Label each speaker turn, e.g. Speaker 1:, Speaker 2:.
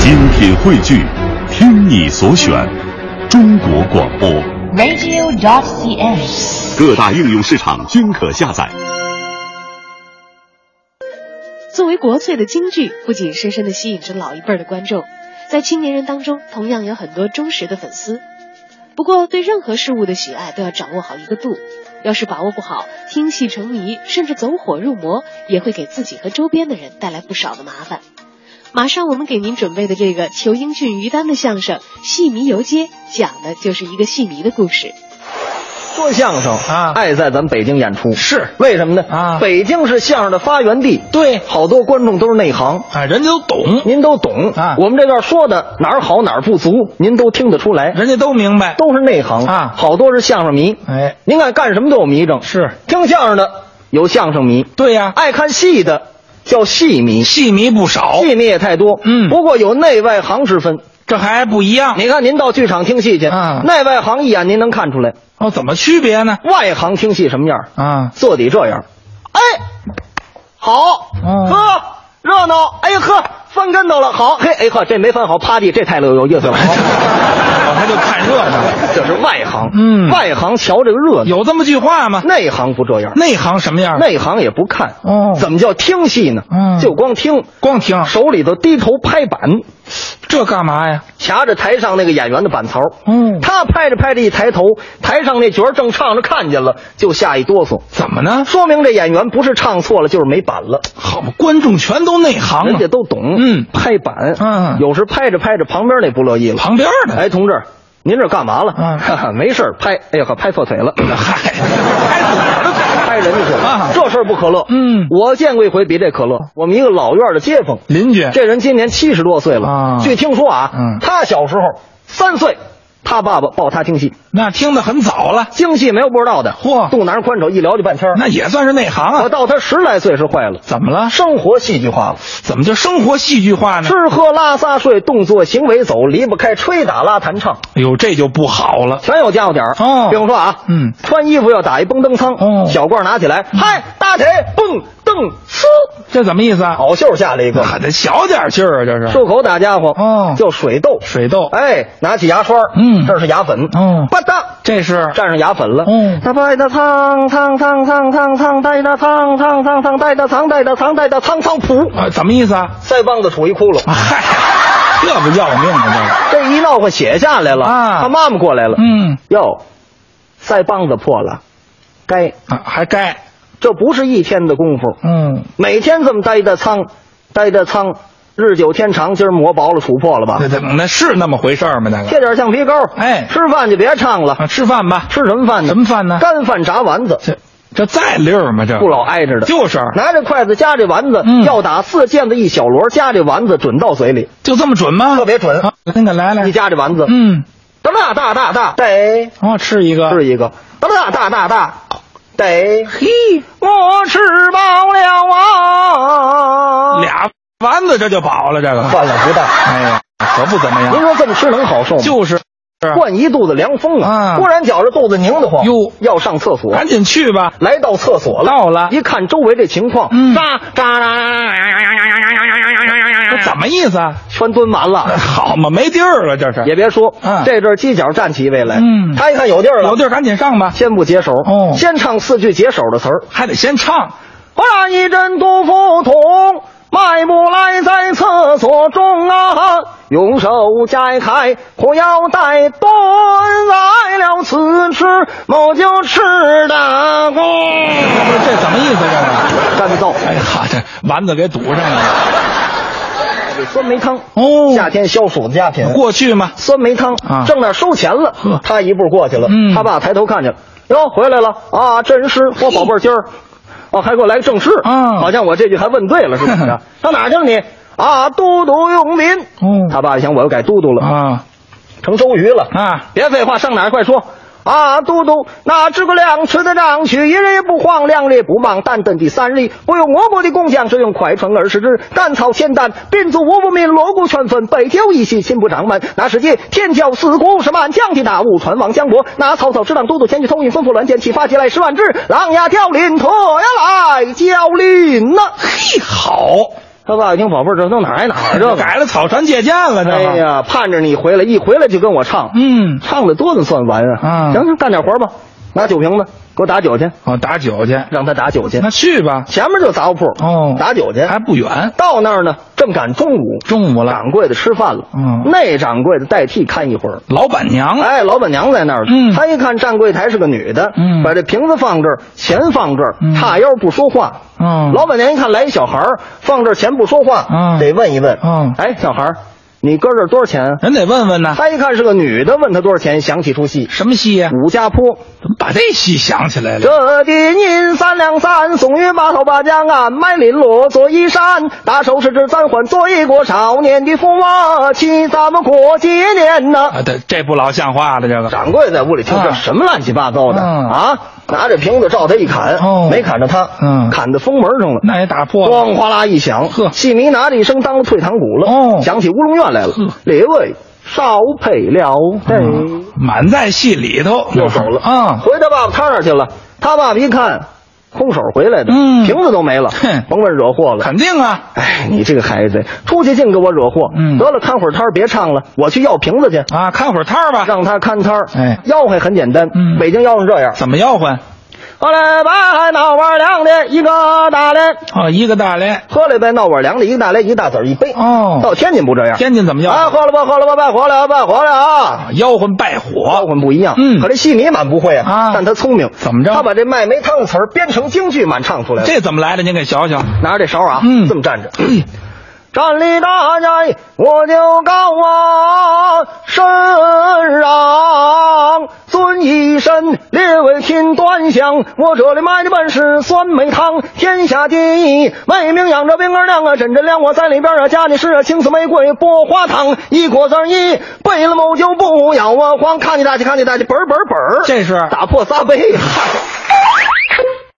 Speaker 1: 精品汇聚，听你所选，中国广播。
Speaker 2: radio.cn。
Speaker 1: 各大应用市场均可下载。
Speaker 3: 作为国粹的京剧，不仅深深地吸引着老一辈儿的观众，在青年人当中同样有很多忠实的粉丝。不过，对任何事物的喜爱都要掌握好一个度，要是把握不好，听戏成迷，甚至走火入魔，也会给自己和周边的人带来不少的麻烦。马上我们给您准备的这个裘英俊、于丹的相声《戏迷游街》，讲的就是一个戏迷的故事。
Speaker 4: 说相声
Speaker 5: 啊
Speaker 4: 爱在咱们北京演出
Speaker 5: 是
Speaker 4: 为什么呢？
Speaker 5: 啊
Speaker 4: 北京是相声的发源地，
Speaker 5: 对
Speaker 4: 好多观众都是内行，
Speaker 5: 啊，人家都懂，
Speaker 4: 您都懂
Speaker 5: 啊
Speaker 4: 我们这段说的哪儿好哪儿不足，您都听得出来，
Speaker 5: 人家都明白。
Speaker 4: 都是内行
Speaker 5: 啊
Speaker 4: 好多是相声迷。
Speaker 5: 哎，
Speaker 4: 您看干什么都有迷症，
Speaker 5: 是
Speaker 4: 听相声的有相声迷，
Speaker 5: 对呀、
Speaker 4: 爱看戏的叫戏迷，
Speaker 5: 戏迷不少，
Speaker 4: 戏迷也太多，
Speaker 5: 嗯
Speaker 4: 不过有内外行之分。
Speaker 5: 这还不一样。
Speaker 4: 你看您到剧场听戏去，
Speaker 5: 啊
Speaker 4: 内外行一眼您能看出来，
Speaker 5: 哦，怎么区别呢？
Speaker 4: 外行听戏什么样？
Speaker 5: 啊，
Speaker 4: 坐底这样，哎，好，
Speaker 5: 嗯
Speaker 4: 呵，热闹，哎呵，翻跟头了，好，嘿，哎呵，这没翻好，趴地，这太有有意 思了，
Speaker 5: 我还就看热闹，
Speaker 4: 这是外行，
Speaker 5: 嗯
Speaker 4: 外行瞧这个热闹，
Speaker 5: 有这么句话吗？
Speaker 4: 内行不这样，
Speaker 5: 内行什么样？
Speaker 4: 内行也不看，
Speaker 5: 哦
Speaker 4: 怎么叫听戏呢？
Speaker 5: 嗯
Speaker 4: 就光听，
Speaker 5: 光听
Speaker 4: 手里头低头拍板，
Speaker 5: 这干嘛呀？
Speaker 4: 夹着台上那个演员的板槽。
Speaker 5: 嗯
Speaker 4: 他拍着拍着一抬头，台上那角儿正唱着看见了，就吓一哆嗦，
Speaker 5: 怎么呢？
Speaker 4: 说明这演员不是唱错了，就是没板了。
Speaker 5: 好嘛，观众全都内行
Speaker 4: 人
Speaker 5: 嘛
Speaker 4: 家，都懂，
Speaker 5: 嗯
Speaker 4: 拍板，
Speaker 5: 嗯
Speaker 4: 有时拍着拍着，旁边那不乐意了，
Speaker 5: 旁边的
Speaker 4: 哎，同志，您这干嘛了？
Speaker 5: 嗯
Speaker 4: 哈哈，没事儿拍，哎呀呵，拍错腿了，
Speaker 5: 嗨，开始
Speaker 4: 拍人家去了
Speaker 5: 啊，
Speaker 4: 这事儿不可乐。
Speaker 5: 嗯
Speaker 4: 我见过一回比这可乐，我们一个老院的街坊，
Speaker 5: 邻居
Speaker 4: 这人今年七十多岁了
Speaker 5: 啊，
Speaker 4: 据听说啊
Speaker 5: 嗯，
Speaker 4: 他小时候三岁，他爸爸抱他听戏，
Speaker 5: 那听得很早了，
Speaker 4: 京戏没有不知道的，
Speaker 5: 嚯
Speaker 4: 肚腩宽敞，一聊就半天儿。
Speaker 5: 那也算是内行
Speaker 4: 可
Speaker 5: 啊。
Speaker 4: 到他十来哦岁是坏了，
Speaker 5: 怎么了？
Speaker 4: 生活戏剧化了。
Speaker 5: 怎么就生活戏剧化呢？
Speaker 4: 吃喝拉撒睡，动作行为走，离不开吹打拉弹唱，
Speaker 5: 哎呦，这就不好了。
Speaker 4: 全有家伙点儿。
Speaker 5: 哦
Speaker 4: 比方说啊，
Speaker 5: 嗯
Speaker 4: 穿衣服要打一蹦蹬仓，
Speaker 5: 哦
Speaker 4: 小褂拿起来，嗨，大腿蹦蹬呲，
Speaker 5: 这怎么意思啊？
Speaker 4: 好袖下了一个，
Speaker 5: 啊， 得小点劲儿啊，这是
Speaker 4: 漱口打家伙，
Speaker 5: 哦
Speaker 4: 叫水痘。
Speaker 5: 水痘。
Speaker 4: 哎，拿起牙刷，
Speaker 5: 嗯
Speaker 4: 这是牙粉，
Speaker 5: 哦
Speaker 4: 吧嗒。
Speaker 5: 这是
Speaker 4: 蘸上牙粉了，
Speaker 5: 嗯
Speaker 4: 他拜的苍苍苍苍苍苍，带的苍苍苍苍，带的苍带的苍带的苍苍噗，
Speaker 5: 啊，怎么意思啊？
Speaker 4: 腮帮子杵一窟窿，
Speaker 5: 嗨，这不要命吗？
Speaker 4: 这一闹和血下来了
Speaker 5: 哎啊
Speaker 4: 他妈妈过来
Speaker 5: 这
Speaker 4: 了
Speaker 5: 个，，嗯
Speaker 4: 哟，腮帮子破了，该，
Speaker 5: 啊，还该
Speaker 4: 这不是一天的功夫，
Speaker 5: 嗯，
Speaker 4: 每天这么待的苍，待的苍，日久天长，今儿磨薄了，杵破了吧
Speaker 5: 那？那那是那么回事儿吗？大哥
Speaker 4: 贴点橡皮膏，
Speaker 5: 哎
Speaker 4: 吃饭就别唱了，
Speaker 5: 啊，吃饭吧，
Speaker 4: 吃什么饭呢？
Speaker 5: 什么饭呢
Speaker 4: 干饭炸丸子，
Speaker 5: 这这再溜儿吗？这
Speaker 4: 不老挨着的。
Speaker 5: 就是
Speaker 4: 拿着筷子夹这丸子，
Speaker 5: 嗯
Speaker 4: 要打四毽子一小摞，夹这丸子准到嘴里，
Speaker 5: 就这么准吗？
Speaker 4: 特别准
Speaker 5: 啊，那个来来
Speaker 4: 一，夹这丸子，
Speaker 5: 嗯，
Speaker 4: 哒哒哒哒哒，得
Speaker 5: 哦，吃一个，
Speaker 4: 吃一个，哒哒哒哒哒，得
Speaker 5: 嘿，
Speaker 4: 我吃饱了啊！
Speaker 5: 俩丸子这就饱了，这个
Speaker 4: 饭量不大，
Speaker 5: 哎呀，可不怎么
Speaker 4: 您
Speaker 5: 样，
Speaker 4: 说这么吃能好受吗？
Speaker 5: 就是是
Speaker 4: 灌一肚子凉风啊！
Speaker 5: 啊
Speaker 4: 忽然觉着肚子拧得慌，
Speaker 5: 哟
Speaker 4: 要上厕所，
Speaker 5: 赶紧去吧，
Speaker 4: 来到厕所了，
Speaker 5: 到了，
Speaker 4: 一看周围这情况，
Speaker 5: 嗯
Speaker 4: 嘎嘎
Speaker 5: 这怎么意思啊？
Speaker 4: 全蹲满了。
Speaker 5: 好嘛，没地儿了，这是
Speaker 4: 也别说，
Speaker 5: 嗯
Speaker 4: 这阵儿犄角站起一位来，
Speaker 5: 嗯
Speaker 4: 他一看有地儿了，
Speaker 5: 有地儿赶紧上吧，
Speaker 4: 先不解手，
Speaker 5: 哦
Speaker 4: 先唱四句解手的词儿。
Speaker 5: 还得先唱。
Speaker 4: 那一阵杜甫同，迈步来在厕所中啊，用手摘开裤腰带，端来了此吃，我就吃大功。
Speaker 5: 不是这怎么意思？这 是？
Speaker 4: 干燥，
Speaker 5: 哎呀，这丸子给堵上了。
Speaker 4: 这酸梅汤，
Speaker 5: 哦
Speaker 4: 夏天消暑的佳品。
Speaker 5: 过去嘛，
Speaker 4: 酸梅汤
Speaker 5: 啊
Speaker 4: 正那儿收钱了，他一步过去了，
Speaker 5: 嗯
Speaker 4: 他爸抬头看见了，哟，回来了啊，真是我宝贝儿今儿，哦，还给我来个正式，
Speaker 5: 啊
Speaker 4: 好像我这句还问对了，是怎么 着？上哪儿去了你？啊，都督用民。
Speaker 5: 哦
Speaker 4: 他爸一想，我又改都督了，
Speaker 5: 啊
Speaker 4: 成周瑜了。
Speaker 5: 啊，
Speaker 4: 别废话，上哪儿快说。啊，都督，那诸葛亮吃得仗去，一日也不慌，两日也不忙，但等第三日，不用我国的工匠，只用快船二十只，甘草千担，并足五不民，锣鼓全分，北条一系，亲不掌门。那时节，天骄四顾是满江的大雾，船往江泊，那曹操只当都督前去通运，吩咐软件启发起来十万只，狼牙调林，特来交林呐、
Speaker 5: 嘿，好，
Speaker 4: 他爸一听宝贝儿，这弄哪儿挨哪 儿，这
Speaker 5: 这
Speaker 4: 个
Speaker 5: 改了草船借箭了，这
Speaker 4: 哎
Speaker 5: 个，
Speaker 4: 呀，盼着你回来，一回来就跟我唱，
Speaker 5: 嗯，
Speaker 4: 唱的多的算完啊！
Speaker 5: 啊
Speaker 4: 行，行，干点活吧，拿酒瓶子给我打酒去，
Speaker 5: 哦，打酒去，
Speaker 4: 让他打酒去。
Speaker 5: 那去吧，
Speaker 4: 前面就杂货铺，
Speaker 5: 哦
Speaker 4: 打酒去。
Speaker 5: 还不远，
Speaker 4: 到那儿呢，正赶中午，
Speaker 5: 中午了，
Speaker 4: 掌柜的吃饭了，
Speaker 5: 嗯
Speaker 4: 那掌柜的代替看一会儿。
Speaker 5: 老板娘，
Speaker 4: 哎，老板娘在那儿呢。
Speaker 5: 嗯
Speaker 4: 她一看站柜台是个女的，
Speaker 5: 嗯
Speaker 4: 把这瓶子放这儿，钱放这儿，
Speaker 5: 嗯
Speaker 4: 叉腰不说话。
Speaker 5: 嗯，
Speaker 4: 老板娘一看来一小孩儿，放这儿钱不说话，
Speaker 5: 嗯
Speaker 4: 得问一问。
Speaker 5: 嗯哎
Speaker 4: 哎，小孩儿，你搁这儿多少钱啊？
Speaker 5: 人得问问呐，
Speaker 4: 她一看是个女的，问她多少钱，想起出戏《
Speaker 5: 什么戏哎呀？哎
Speaker 4: 武家坡》。
Speaker 5: 怎么把这戏想起来了？
Speaker 4: 这地银三两三，送与码头把江岸，买绫啊罗做衣衫，大手持之咱换做一国少年的福啊，替咱们国节年呐。
Speaker 5: 啊，对，这不老像话了，这个
Speaker 4: 掌柜在屋里听这
Speaker 5: 啊
Speaker 4: 什么乱七八糟的
Speaker 5: 嗯
Speaker 4: 啊！拿着瓶子照他一砍
Speaker 5: 哦，
Speaker 4: 没砍着他，
Speaker 5: 嗯
Speaker 4: 砍在风门上了。
Speaker 5: 那也打破了，
Speaker 4: 咣哗啦一响，
Speaker 5: 呵
Speaker 4: 戏迷拿着一声当了退堂鼓了。
Speaker 5: 哦
Speaker 4: 想起乌龙院来了
Speaker 5: 呵，
Speaker 4: 列位少配了，嘿，
Speaker 5: 嗯满在戏里头，
Speaker 4: 又走了
Speaker 5: 啊，
Speaker 4: 回他爸爸他那儿去了。他爸爸一看，空手回来的，
Speaker 5: 嗯
Speaker 4: 瓶子都没了
Speaker 5: 哼，
Speaker 4: 甭问惹祸了。
Speaker 5: 肯定啊，
Speaker 4: 哎，你这个孩子，出去净给我惹祸。
Speaker 5: 嗯
Speaker 4: 得了，看会儿摊儿，别唱了，我去要瓶子去。
Speaker 5: 啊，看会儿摊儿吧，
Speaker 4: 让他看摊儿，
Speaker 5: 哎
Speaker 4: 吆喝很简单，
Speaker 5: 嗯
Speaker 4: 北京吆喝是这样，
Speaker 5: 怎么吆喝？
Speaker 4: 喝了杯闹碗凉的一个大嘞，
Speaker 5: 啊，一个大连，
Speaker 4: 喝了一杯闹碗凉的一个大嘞，一大子儿一杯。
Speaker 5: 哦，
Speaker 4: 到天津不这样，
Speaker 5: 天津怎么吆
Speaker 4: 啊，
Speaker 5: 喝？
Speaker 4: 喝了吧，喝了吧，拜火了，拜火了啊！
Speaker 5: 吆喝拜火
Speaker 4: 我，们不一样，
Speaker 5: 嗯
Speaker 4: 可这戏迷蛮不会
Speaker 5: 啊
Speaker 4: 但他聪明，
Speaker 5: 怎么着
Speaker 4: 他把这卖煤汤的词儿编成京剧满唱出来了。
Speaker 5: 这怎么来的？您给瞧瞧，
Speaker 4: 拿着这勺啊，
Speaker 5: 嗯
Speaker 4: 这么站着。 站立大家我就高啊，身让尊一身，列为天端详。我这里卖的本是酸梅汤，天下第一。卖名养着冰儿亮啊，枕着亮我在里边啊，家里是啊，青丝玫瑰剥花糖，一果子儿一备了某就不要啊慌。看你大姐，看你大姐，本儿本儿本儿，
Speaker 5: 这是
Speaker 4: 打破仨杯。嗨